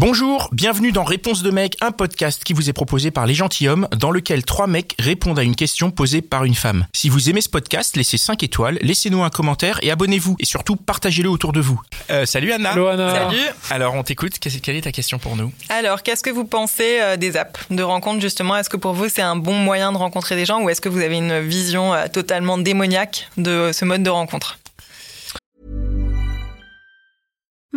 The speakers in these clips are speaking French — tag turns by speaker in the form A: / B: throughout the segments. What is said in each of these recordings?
A: Bonjour, bienvenue dans Réponse de mec, un podcast qui vous est proposé par Les Gentilhommes, dans lequel trois mecs répondent à une question posée par une femme. Si vous aimez ce podcast, laissez 5 étoiles, laissez-nous un commentaire et abonnez-vous. Et surtout, partagez-le autour de vous. Euh, salut Anna.
B: Hello, Anna.
A: Salut. Alors, on t'écoute. Qu'est-ce- Quelle est ta question pour nous
C: Alors, qu'est-ce que vous pensez euh, des apps de rencontre justement Est-ce que pour vous c'est un bon moyen de rencontrer des gens ou est-ce que vous avez une vision euh, totalement démoniaque de euh, ce mode de rencontre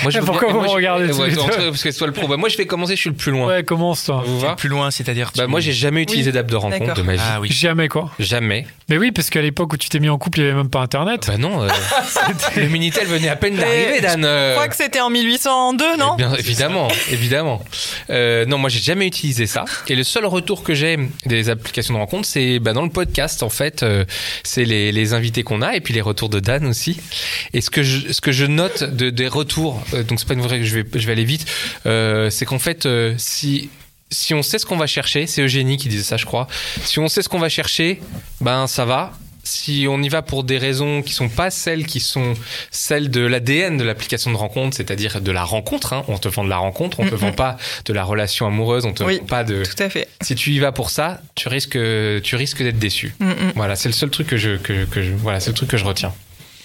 A: Moi,
B: je Eh, veux pourquoi bien- vous
D: Moi,
B: me
D: je-
B: regardez
D: ouais,
B: tous les
D: toi,
B: deux
D: entre- parce que c'est toi le pro. Bah, moi, je vais commencer. Je suis le plus loin.
B: Ouais, commence toi.
D: Ça vous va
A: plus loin, c'est-à-dire. tu-
D: Bah, moi, j'ai jamais utilisé
C: Oui.
D: d'app de rencontre
C: D'accord.
D: de ma vie.
A: Ah oui.
B: Jamais quoi.
D: Jamais.
B: Mais oui, parce qu'à l'époque où tu t'es mis en couple, il n'y avait même pas internet.
D: Bah non. euh, le minitel venait à peine d'arriver,
C: Mais-
D: Dan. euh,
C: Je crois que c'était en 1802, non
D: eh bien, évidemment, évidemment. Euh, non, moi j'ai jamais utilisé ça. Et le seul retour que j'ai des applications de rencontre, c'est bah, dans le podcast en fait, euh, c'est les, les invités qu'on a et puis les retours de Dan aussi. Et ce que je, ce que je note de, des retours, euh, donc c'est pas une vraie, je vais, je vais aller vite, euh, c'est qu'en fait euh, si si on sait ce qu'on va chercher, c'est Eugénie qui disait ça, je crois. Si on sait ce qu'on va chercher, ben ça va. Si on y va pour des raisons qui sont pas celles qui sont celles de l'ADN de l'application de rencontre, c'est-à-dire de la rencontre, hein, on te vend de la rencontre, on te
C: Mhm.
D: vend pas de la relation amoureuse, on te
C: Oui.
D: vend pas de.
C: Tout à fait.
D: Si tu y vas pour ça, tu risques, tu risques d'être déçu.
C: Mm, mm.
D: Voilà, c'est le seul truc que je, que, que je, voilà, c'est le truc que je retiens.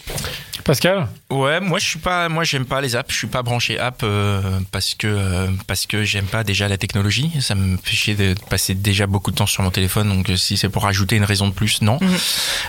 B: Pascal
A: Ouais, moi je suis pas, moi j'aime pas les apps. Je suis pas branché app euh, parce que euh, parce que j'aime pas déjà la technologie. Ça me fait chier de passer déjà beaucoup de temps sur mon téléphone. Donc euh, si c'est pour ajouter une raison de plus, non.
C: Mhm.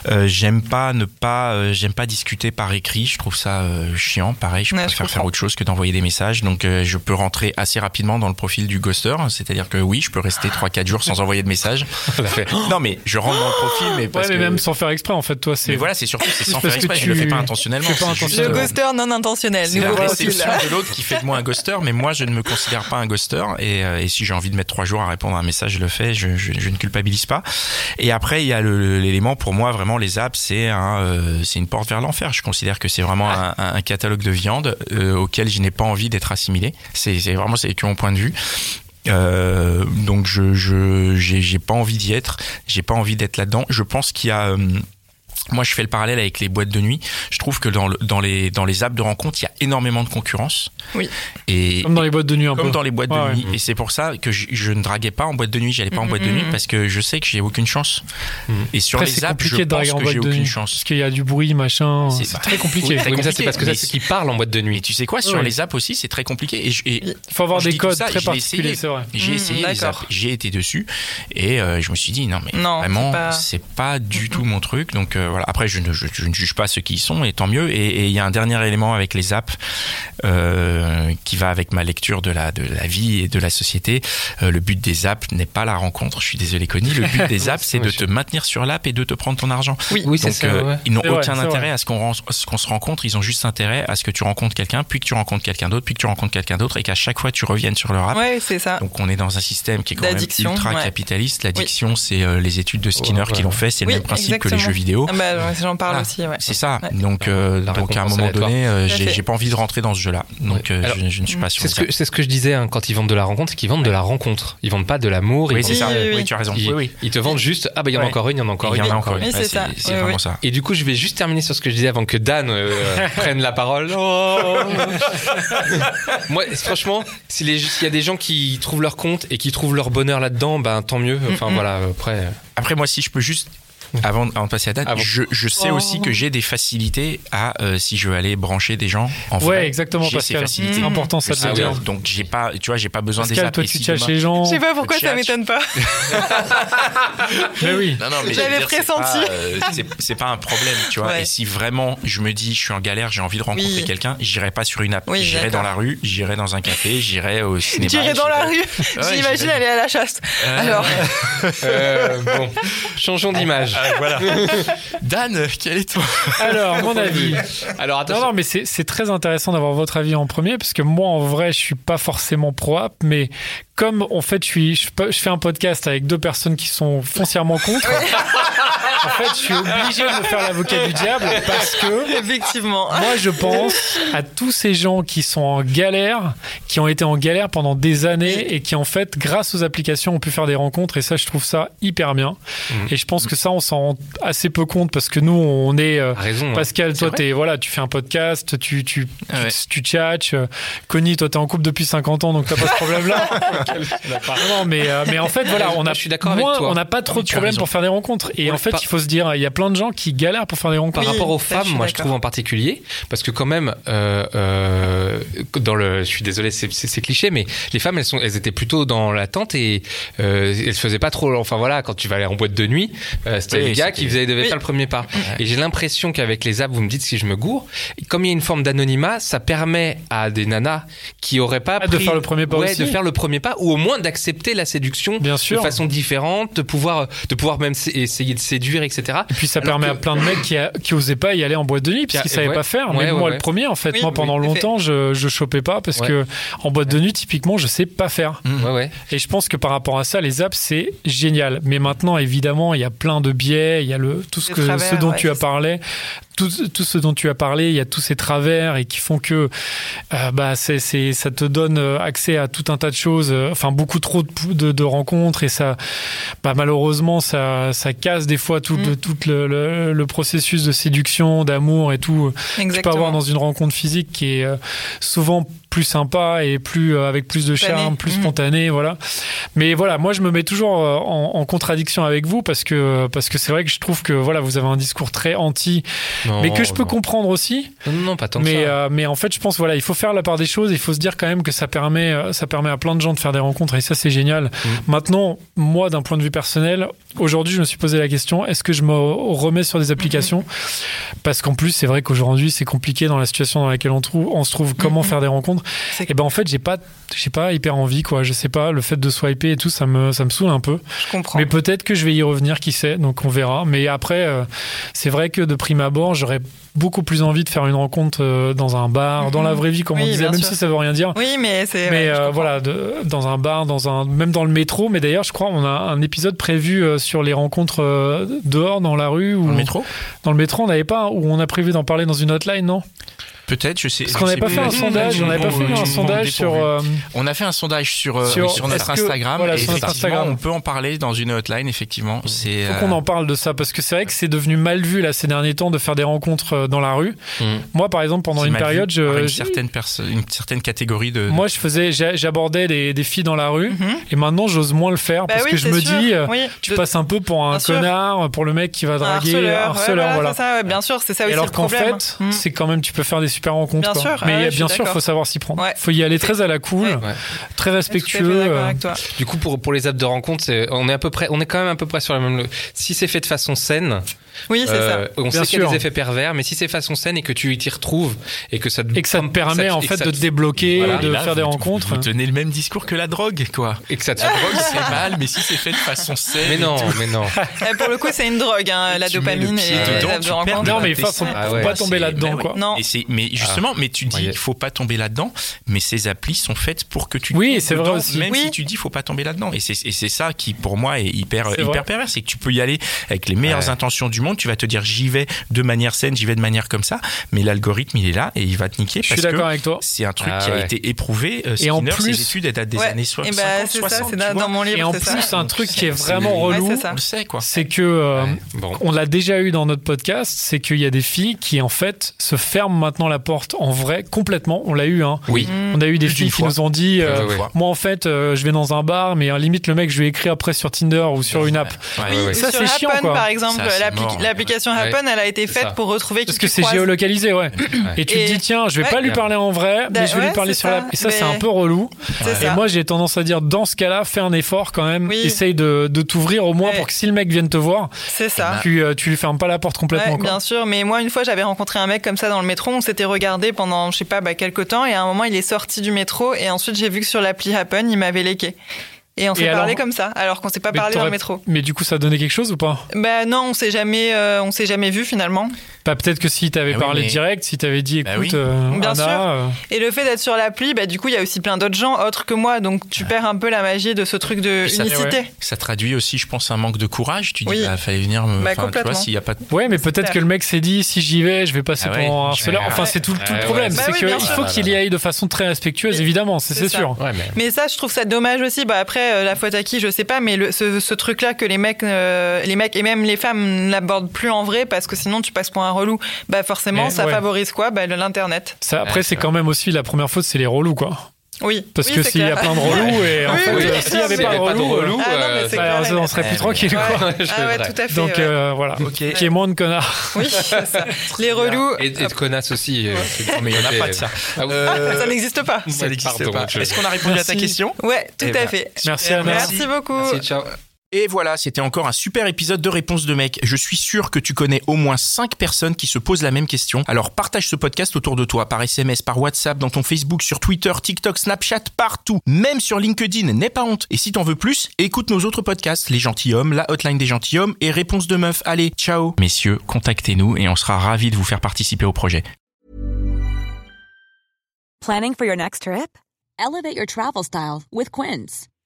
A: Euh, j'aime pas ne pas, euh, j'aime pas discuter par écrit. Je trouve ça euh, chiant. Pareil, je
C: Ouais, je
A: préfère faire
C: comprends.
A: autre chose que d'envoyer des messages. Donc euh, je peux rentrer assez rapidement dans le profil du ghoster. C'est-à-dire que oui, je peux rester 3-4 jours sans envoyer de message.
D: Voilà, fait.
A: Non mais je rentre dans le profil, mais
B: Ouais,
A: parce
B: mais
A: que.
B: même sans faire exprès en fait, toi c'est.
A: mais voilà, c'est surtout c'est sans
B: Parce
A: faire
B: que
A: exprès. Je
B: tu-
A: le fais pas intentionnellement.
B: tu fais pas
A: c'est juste,
C: Le
B: intentionnellement.
A: euh,
C: ghoster non intentionnel.
A: c'est la
C: nouveau profil.
A: réception de l'autre qui fait de moi un ghoster, mais moi je ne me considère pas un ghoster. Et, euh, et si j'ai envie de mettre trois jours à répondre à un message, je le fais. Je, je- je ne culpabilise pas. Et après, il y a le- l'élément pour moi vraiment les apps, c'est un, euh, c'est une porte vers l'enfer. Je considère que c'est vraiment un, un- un catalogue de viande euh, auquel je n'ai pas envie d'être assimilé. C'est c'est vraiment c'est que mon point de vue. Euh, donc je je j'ai j'ai pas envie d'y être, j'ai pas envie d'être là-dedans. Je pense qu'il y a euh, moi, je fais le parallèle avec les boîtes de nuit. Je trouve que dans, le- dans, les, dans les apps de rencontre, il y a énormément de concurrence.
C: Oui.
A: Et,
B: Comme dans les boîtes de nuit un
A: comme
B: peu.
A: dans les boîtes de
B: Ouais, ouais.
A: nuit. Et c'est pour ça que je, je ne draguais pas en boîte de nuit. J'allais pas en
C: Mhm,
A: boîte de nuit
C: mhm.
A: parce que je sais que j'ai aucune chance.
D: Mhm.
A: Et sur
B: Mm. Après,
A: les
B: c'est
A: apps, je
B: compliqué de
A: pense
B: draguer en
A: que
B: boîte
A: j'ai
B: de
A: aucune
B: nuit. Parce
A: chance.
B: qu'il y a du bruit, machin.
A: C'est-
B: C'est très compliqué.
A: Très
D: Oui, mais ça
A: compliqué,
D: c'est parce que ça
A: mais
D: c'est
A: si-
D: qui parle en boîte de
A: Mais
D: nuit.
A: tu sais quoi, sur
B: Ouais.
A: les apps aussi, c'est très compliqué. Et, je- et
B: Il faut avoir
A: Je
B: des
A: dis tout
B: codes
A: ça,
B: très
A: je l'ai
B: particuliers,
A: essayé.
B: c'est vrai.
A: j'ai
C: Mhm,
A: essayé les
C: d'accord.
A: apps, j'ai été dessus et euh, je me suis dit non mais
C: Non,
A: vraiment
C: c'est pas-
A: c'est pas... du tout mon truc. Donc euh, voilà. Après je ne, je- je ne juge pas ceux qui y sont et tant mieux. Et et il y a un dernier élément avec les apps euh, qui va avec ma lecture de la de la vie et de la société. Euh, le but des apps n'est pas la rencontre. Je suis désolé Connie. Le but des apps c'est de te maintenir sur l'app et de te prendre ton argent.
C: Oui.
D: Oui, c'est
A: Donc,
D: ça.
A: euh,
D: ouais.
A: ils n'ont
B: C'est vrai,
A: aucun
B: c'est
A: intérêt
B: vrai.
A: à ce qu'on ren- à ce qu'on se rencontre. Ils ont juste intérêt à ce que tu rencontres quelqu'un, puis que tu rencontres quelqu'un d'autre, puis que tu rencontres quelqu'un d'autre, et qu'à chaque fois tu reviennes sur le rap.
C: Ouais, c'est ça.
A: Donc on est dans un système qui est quand même
C: Ah. D'addiction,
A: ultra
C: ouais.
A: capitaliste. L'addiction, c'est euh, les études de Skinner
D: Ouais, ouais.
A: qui l'ont fait. C'est
C: Oui,
A: le même principe que les jeux
C: exactement.
A: vidéo.
C: Ah bah, j'en parle
D: Ah.
C: aussi, ouais.
A: C'est ça.
C: Ouais.
A: Donc, euh,
D: La
A: donc à un
D: récompense
A: moment
D: aléatoire.
A: donné, euh,
C: Tout à
A: j'ai
C: fait.
A: j'ai pas envie de rentrer dans ce jeu-là. Donc
D: Ouais.
A: euh,
D: Alors,
A: je, je ne suis pas sur
D: C'est ce,
A: les
D: que- c'est ce que je disais hein, quand ils vendent de la rencontre, c'est qu'ils vendent de la rencontre. Ils vendent pas de l'amour.
A: apps. Oui,
D: ils
A: c'est ça.
C: Oui, oui,
A: Oui,
C: oui.
A: tu as raison.
D: Ils,
A: Oui, oui.
D: ils te vendent juste ah bah il y en a
A: Ouais.
D: encore une, il y en a
A: Il
D: encore
A: y
D: une,
A: en a encore
D: une.
A: une.
C: Oui, c'est
A: Ouais,
C: ça.
A: C'est
C: Oui,
A: vraiment
C: oui.
A: ça.
D: Et du coup, je vais juste terminer sur ce que je disais avant que Dan euh, prenne la parole. Oh. Moi, franchement, si les- s'il y a des gens qui trouvent leur compte et qui trouvent leur bonheur là-dedans, ben tant mieux. Enfin
C: Mm, mm.
D: voilà, après.
A: Après, moi, si je peux juste. Avant, avant de passer à Dan,
D: Avant.
A: je, je sais
C: Oh.
A: aussi que j'ai des facilités à euh, si je veux aller brancher des gens en
B: Ouais,
A: vrai,
B: exactement,
A: j'ai ces
B: Pascal.
A: facilités.
C: Mmh.
B: C'est important
A: Je
B: ça de
A: sais
B: le
D: Ah
B: dire.
A: bien. Donc j'ai pas, tu vois, j'ai pas besoin des
B: Pascal,
A: apps.
B: toi
A: Et
B: tu
A: si
B: tchatches
A: demain-
B: les gens.
C: Je sais pas pourquoi ça
A: Chat.
C: m'étonne pas.
B: Mais oui.
A: Non, non, mais
C: J'avais
A: je veux dire, c'est
C: pressenti.
A: pas, euh, C'est c'est pas, un problème, tu vois.
C: Ouais.
A: Et si vraiment je me dis, je suis en galère, j'ai envie de rencontrer
C: Oui.
A: quelqu'un, j'irai pas sur une app.
C: Oui,
A: j'irai
C: d'accord.
A: dans la rue, j'irai dans un café, j'irai au cinéma.
C: J'irai dans la rue,
A: Ouais,
C: j'imagine
A: j'irai-
C: aller à la chasse.
A: Euh,
C: Alors,
A: ouais.
D: Euh, bon, changeons d'image.
A: Ah, voilà. Dan, quel est ton
B: Alors, mon avis.
A: ah.
D: Alors
B: Non,
D: attention.
B: non, mais c'est c'est très intéressant d'avoir votre avis en premier, parce que moi, en vrai, je suis pas forcément pro-app, mais comme en fait, je, suis, je, peux- je fais un podcast avec deux personnes qui sont foncièrement contre, en fait, je suis obligé de me faire l'avocat du diable parce que.
C: Effectivement.
B: Moi, je pense à tous ces gens qui sont en galère, qui ont été en galère pendant des années et qui, en fait, grâce aux applications, ont pu faire des rencontres. Et ça, je trouve ça hyper bien. Et je pense que ça, on s'en rend assez peu compte parce que nous, on est. euh,
D: T'as raison. hein.
B: Pascal,
A: C'est
B: toi,
A: vrai.
B: t'es, voilà, tu fais un podcast, tu, tu,
A: Ah ouais.
B: tu, tu tchatches. euh, Connie, toi, t'es en couple depuis 50 ans, donc t'as pas ce problème-là. non, mais, euh, mais en fait, voilà, on a,
D: Je suis d'accord avec
B: moins-
D: toi.
B: on n'a pas trop
A: Oui,
B: de
A: tu as
B: problèmes
A: raison.
B: pour faire des rencontres. Et
D: On
B: en
D: l'a
B: fait,
D: pas-
B: il faut se dire, il y a plein de gens qui galèrent pour faire des rencontres.
D: Par rapport aux
C: ça, bah, je
D: femmes,
C: suis
D: moi je
C: d'accord.
D: trouve en particulier, parce que quand même, euh, euh, dans le, je suis désolé, c'est- c'est c'est cliché, mais les femmes, elles sont, elles étaient plutôt dans l'attente et euh, elles se faisaient pas trop. Enfin voilà, quand tu vas aller en boîte de nuit, euh, c'était
A: Oui,
D: les gars
A: c'était-
D: qui faisaient, devaient
A: Oui.
D: faire le premier pas. Et j'ai l'impression qu'avec les apps, vous me dites si je me gourre, comme il y a une forme d'anonymat, ça permet à des nanas qui auraient pas
B: Ah, de
D: pris-
B: faire le premier pas
D: ouais,
B: aussi.
D: de faire le premier pas, ou au moins d'accepter la séduction
B: Bien
D: de
B: sûr.
D: façon différente, de pouvoir, de pouvoir même s- essayer de séduire, etc.
B: Et puis ça
D: Alors
B: permet
D: que-
B: à plein de mecs qui, a- qui osaient pas y aller en boîte de nuit parce qu'ils
D: Qui a-
B: savaient
D: ouais.
B: pas faire. Mais
D: Ouais, ouais,
B: moi,
D: ouais.
B: le premier, en fait,
C: Oui,
B: moi, pendant
C: oui, tout à fait.
B: longtemps, je, je chopais pas parce
D: Ouais.
B: que en boîte de nuit, typiquement, je sais pas faire.
D: Ouais, ouais.
B: Et je pense que par rapport à ça, les apps, c'est génial. Mais maintenant, évidemment, il y a plein de biais, il y a le, tout ce,
C: Les
B: que,
C: travers,
B: ce dont
C: ouais,
B: tu as
C: c'est ça.
B: parlé. Tout, tout ce dont tu as parlé, il y a tous ces travers et qui font que euh, bah, c'est, c'est- ça te donne euh, accès à tout un tas de choses, euh, enfin beaucoup trop de, de- de rencontres et ça, bah, malheureusement, ça, ça casse des fois tout, le,
C: Mm.
B: tout le, le- le processus de séduction, d'amour et tout tu peux avoir
C: Exactement.
B: dans une rencontre physique qui est euh, souvent plus sympa et plus euh, avec plus de
C: Spontané.
B: charme, plus
C: Mhm.
B: spontané, voilà. Mais voilà, moi je me mets toujours euh, en, en contradiction avec vous parce que parce que c'est vrai que je trouve que voilà vous avez un discours très anti, mais que je peux
D: Non. comprendre.
B: comprendre aussi.
D: Non, non, non, pas tant que
B: Mais
D: ça.
B: euh, mais en fait je pense voilà il faut faire la part des choses, il faut se dire quand même que ça permet euh, ça permet à plein de gens de faire des rencontres et ça c'est génial.
D: Mm.
B: Maintenant moi d'un point de vue personnel aujourd'hui je me suis posé la question est-ce que je me remets sur des applications parce qu'en plus c'est vrai qu'aujourd'hui c'est compliqué dans la situation dans laquelle on, trouve, on se trouve comment
C: Mhm.
B: faire des rencontres
C: C'est-
B: et ben en fait j'ai pas j'ai pas hyper envie quoi je sais pas le fait de swiper et tout ça me ça me saoule un peu
C: Je comprends.
B: mais peut-être que je vais y revenir qui sait donc on verra mais après euh, c'est vrai que de prime abord j'aurais beaucoup plus envie de faire une rencontre euh, dans un bar dans la
C: Mhm.
B: vraie vie comme on
C: Oui,
B: disait
C: bien
B: même
C: sûr.
B: si ça veut rien dire
C: Oui, mais c'est.
B: mais
C: ouais, je
B: euh,
C: comprends.
B: voilà, de- dans un bar, dans un, même dans le métro. Mais d'ailleurs, je crois, on a un épisode prévu euh, sur les rencontres euh, dehors, dans la rue, ou
A: Dans le métro
B: dans le métro, on n'avait pas, un- ou on a prévu d'en parler dans une hotline, non
A: Peut-être, je sais.
B: Parce
A: je
B: qu'on n'avait
A: sais
B: pas fait un
A: Tu
B: sondage,
A: me
B: on n'avait pas
A: prends- tu
B: fait
A: me
B: un
A: prends
B: sondage sur.
A: dépourvu.
B: euh,
A: On a fait un sondage sur, euh,
B: Sur-
A: sur, notre
B: est-ce que-
A: Instagram.
B: voilà,
A: et
B: sur notre
A: effectivement,
B: Instagram.
A: on peut en parler dans une hotline, effectivement. C'est.
B: faut
A: euh,
B: qu'on en parle de ça parce que c'est vrai que c'est devenu mal vu là ces derniers temps de faire des rencontres euh, dans la rue.
D: Mm.
B: Moi, par exemple, pendant
A: c'est
B: une
A: mal vu
B: période,
A: par
B: je,
A: une
B: je-
A: certaine personne, une certaine catégorie de.
B: moi, je faisais, j'a- j'abordais des, des filles dans la rue
A: Mm.
C: Mhm.
B: et maintenant, j'ose moins le faire
C: Bah
B: parce
C: oui,
B: que je
C: c'est
B: me
C: sûr.
B: dis, euh,
C: Oui,
B: tu
C: de-
B: passes un peu pour un
C: Bien sûr.
B: connard, pour le mec qui va
C: un
B: draguer,
C: harceleur, ouais,
B: harceleur, voilà.
C: c'est ça, ouais, bien sûr, c'est ça
B: Et
C: aussi
B: alors
C: le
B: qu'en
C: problème.
B: fait,
C: Mm.
B: c'est quand même tu peux faire des super rencontres.
C: Bien
B: quoi.
C: sûr,
B: mais
C: ouais, je suis
B: bien sûr,
C: d'accord.
B: faut savoir s'y prendre.
C: Ouais.
B: Faut y aller très à la cool,
C: Ouais.
D: Ouais.
B: très
C: Tout à fait
B: respectueux.
C: d'accord
B: euh,
C: avec toi.
D: Du coup, pour, pour les apps de rencontre, c'est- on est à peu près, on est quand même à peu près sur la même. lo- Si c'est fait de façon saine,
C: Oui, c'est
D: euh, on
B: Bien
D: sait qu'il y a
B: sûr.
D: des effets pervers, mais si c'est façon saine et que tu t'y retrouves et que ça te
B: Et que ça te permet
D: ça-
B: en
D: et que
B: fait
D: ça
B: de
D: te-
B: te débloquer,
D: Voilà,
B: de
A: Et là,
B: faire des
A: vous-
B: rencontres.
A: Vous tenez le même discours que la drogue, quoi.
D: et que ça te
A: La drogue, c'est mal, mais si c'est fait de façon saine.
D: mais
A: et
D: non,
A: tout.
D: mais non.
C: ça. Eh, pour le coup, c'est une drogue, hein,
A: Et
C: la
A: tu mets le
C: dopamine
A: pied
C: et les
A: dedans,
C: apps
A: tu
C: de
A: perds
C: rencontre. Ah
A: de
B: Non, mais
A: tes
B: il faut- faut-
A: sens.
D: faut pas
A: c'est-
B: tomber là-dedans,
A: mais ouais.
B: quoi.
C: Non.
A: Et c'est- mais justement, mais tu dis,
D: Ouais.
A: il faut pas tomber là-dedans. Mais ces applis sont faites pour que tu.
B: Oui,
A: tombes
B: c'est vrai
A: dedans,
B: aussi.
A: Même
C: Oui.
A: si tu dis, faut pas tomber là-dedans. Et c'est et c'est ça qui, pour moi, est hyper
B: C'est vrai.
A: hyper pervers, c'est que tu peux y aller avec les meilleures
D: Ouais.
A: intentions du monde. Tu vas te dire, j'y vais de manière saine, j'y vais de manière comme ça. Mais l'algorithme, il est là et il va te niquer
B: Je
A: parce
B: suis
A: que
B: d'accord avec toi.
A: c'est un truc
D: Ah
A: qui a
D: ouais.
A: été éprouvé. euh,
B: Et en
A: Skinner,
B: plus-
A: ses études elles datent des
C: Ouais.
A: années
C: Et
A: 60.
C: bah, c'est ça,
A: 60, tu
C: c'est dans,
A: vois.
C: dans mon
B: Et
C: livre,
B: en
C: c'est ça.
B: plus, hein, un truc qui est
A: C'est-
B: vraiment
A: Ouais,
B: relou,
C: c'est ça.
A: On le sait, quoi.
B: c'est que euh,
D: Ouais, Bon,
B: on l'a déjà eu dans notre podcast, c'est qu'il y a des filles qui en fait se ferment maintenant la porte en vrai complètement. On l'a eu, hein.
D: oui.
C: Mm.
B: On a eu des
A: Plus
B: filles
A: d'une
B: qui
A: fois.
B: nous ont dit. euh,
D: Ouais, ouais.
A: Fois.
B: Moi, en fait, euh, je vais dans un bar, mais euh, limite, le mec, je lui écris après sur Tinder ou sur une app.
A: Ah Ouais,
D: Oui,
A: ouais, ouais.
C: Ou
B: ça,
C: sur
B: c'est chiant,
C: Happn,
B: quoi.
C: par exemple,
A: Ça, c'est
C: l'appli-
A: mort.
C: l'application
D: Ouais.
C: Happn, elle a été
D: C'est
C: faite
D: ça.
C: pour retrouver
B: Parce
C: qui
B: que
C: tu
B: c'est
C: croises.
B: géolocalisé, ouais. Et tu
C: Et-
B: te dis, tiens, je vais pas
C: ouais.
B: lui parler en vrai, mais
C: Bah,
B: je vais
C: ouais,
B: lui parler
C: c'est
B: sur l'app.
C: ça.
B: Et ça, c'est
C: Mais-
B: un peu relou.
C: C'est
B: Et
C: ça.
B: moi, j'ai tendance à dire, dans ce cas-là, fais un effort quand même.
C: Oui.
B: Essaye de, de t'ouvrir au moins
C: Ouais.
B: pour que si le mec vienne te voir,
C: C'est
A: Ah,
C: ça.
B: tu, euh, tu lui fermes pas la porte complètement.
C: Ah. Ouais,
B: quoi.
C: bien sûr, mais moi une fois j'avais rencontré un mec comme ça dans le métro, on s'était regardé pendant je sais pas bah, quelques temps et à un moment il est sorti du métro et ensuite j'ai vu que sur l'appli Happen il m'avait léqué. Et on s'est
B: Et
C: parlé
B: alors
C: comme ça, alors qu'on s'est pas
B: Mais
C: parlé dans le
B: t'aurais-
C: métro.
B: Mais du coup, ça donnait quelque chose ou pas
C: Ben non, on s'est jamais, euh, on s'est jamais vu finalement.
B: Bah, Peut-être que si t'avais
A: Bah oui,
B: parlé
A: mais-
B: direct, si t'avais dit écoute,
A: Bah oui.
B: euh,
C: Bien
B: Anna,
C: sûr.
B: euh,
C: Et le fait d'être sur l'appli, bah, du coup, il y a aussi plein d'autres gens autres que moi, donc tu perds un peu la magie de ce truc de
A: Et ça-
C: unicité.
A: Ça traduit aussi, je pense, un manque de courage. Tu dis,
C: Oui.
A: bah, fallait venir me.
C: Bah,
A: enfin, tu vois,
C: complètement.
A: s'il n'y a pas de.
B: ouais, mais peut-être
C: clair.
B: que le mec s'est dit si j'y vais, je vais passer
A: Ah ouais,
B: pour un
A: je
B: harceleur.
A: vais-
B: Enfin, c'est tout, le- tout
D: Ouais,
B: le
D: ouais,
B: problème,
C: bah
B: c'est
C: oui,
B: qu'il
C: bien
B: faut
C: sûr.
B: qu'il y aille de façon très respectueuse, évidemment, c'est
C: C'est
B: c'est
C: ça.
B: sûr.
D: Ouais, mais.
C: Mais ça, je trouve ça dommage aussi. Bah, après, euh, la faute à qui, je sais pas, mais le- ce, ce truc-là que les mecs, euh, les mecs et même les femmes n'abordent plus en vrai parce que sinon tu passes pour un relou. Bah, forcément,
B: Mais
C: ça
B: ouais.
C: favorise quoi Bah, le- l'internet.
B: Ça,
D: Ouais,
B: après,
D: c'est
B: c'est
D: vrai.
B: quand même aussi la première faute, c'est les relous, quoi.
C: Oui.
B: Parce
C: Oui,
B: que
C: c'est
B: s'il y a
C: clair.
B: plein de relous, et en
C: Oui,
B: fait,
C: oui,
B: euh,
C: bien
B: s'il n'y
C: sûr.
B: avait
C: S'il y
B: pas de
D: avait pas de
B: relous,
D: relous,
C: Ah, non, mais
D: euh,
C: c'est
B: bah,
C: clair,
B: on serait
A: Ouais,
B: plus tranquille,
C: ouais.
B: quoi.
D: Ouais, je
C: Ah ouais,
D: vrai.
C: tout à fait.
B: Donc
C: ouais.
B: euh, voilà,
A: Ok.
B: qui est moins de connards.
C: Oui, c'est ça. les relous.
D: Et, et de connasse aussi. euh, c'est le
A: Mais il n'y en a
D: côté,
A: pas de
D: euh,
A: ça.
D: Ah oui.
A: Euh,
C: Ça n'existe pas.
A: ça n'existe
D: Pardon,
A: pas.
D: je-
A: Est-ce qu'on a répondu à ta
B: Merci.
A: question
C: Ouais, tout
A: Eh
C: à
A: ben,
C: fait.
B: Merci, Anna.
C: Merci, beaucoup.
D: Merci, ciao.
A: Et voilà, c'était encore un super épisode de Réponse de mec. Je suis sûr que tu connais au moins 5 personnes qui se posent la même question. Alors partage ce podcast autour de toi, par SMS, par WhatsApp, dans ton Facebook, sur Twitter, TikTok, Snapchat, partout. Même sur LinkedIn, n'aie pas honte. Et si t'en veux plus, écoute nos autres podcasts, Les Gentilhommes, La Hotline des Gentilhommes et Réponse de Meuf. Allez, ciao Messieurs, contactez-nous et on sera ravis de vous faire participer au projet.
E: Planning for your next trip? Elevate your travel style with Quince.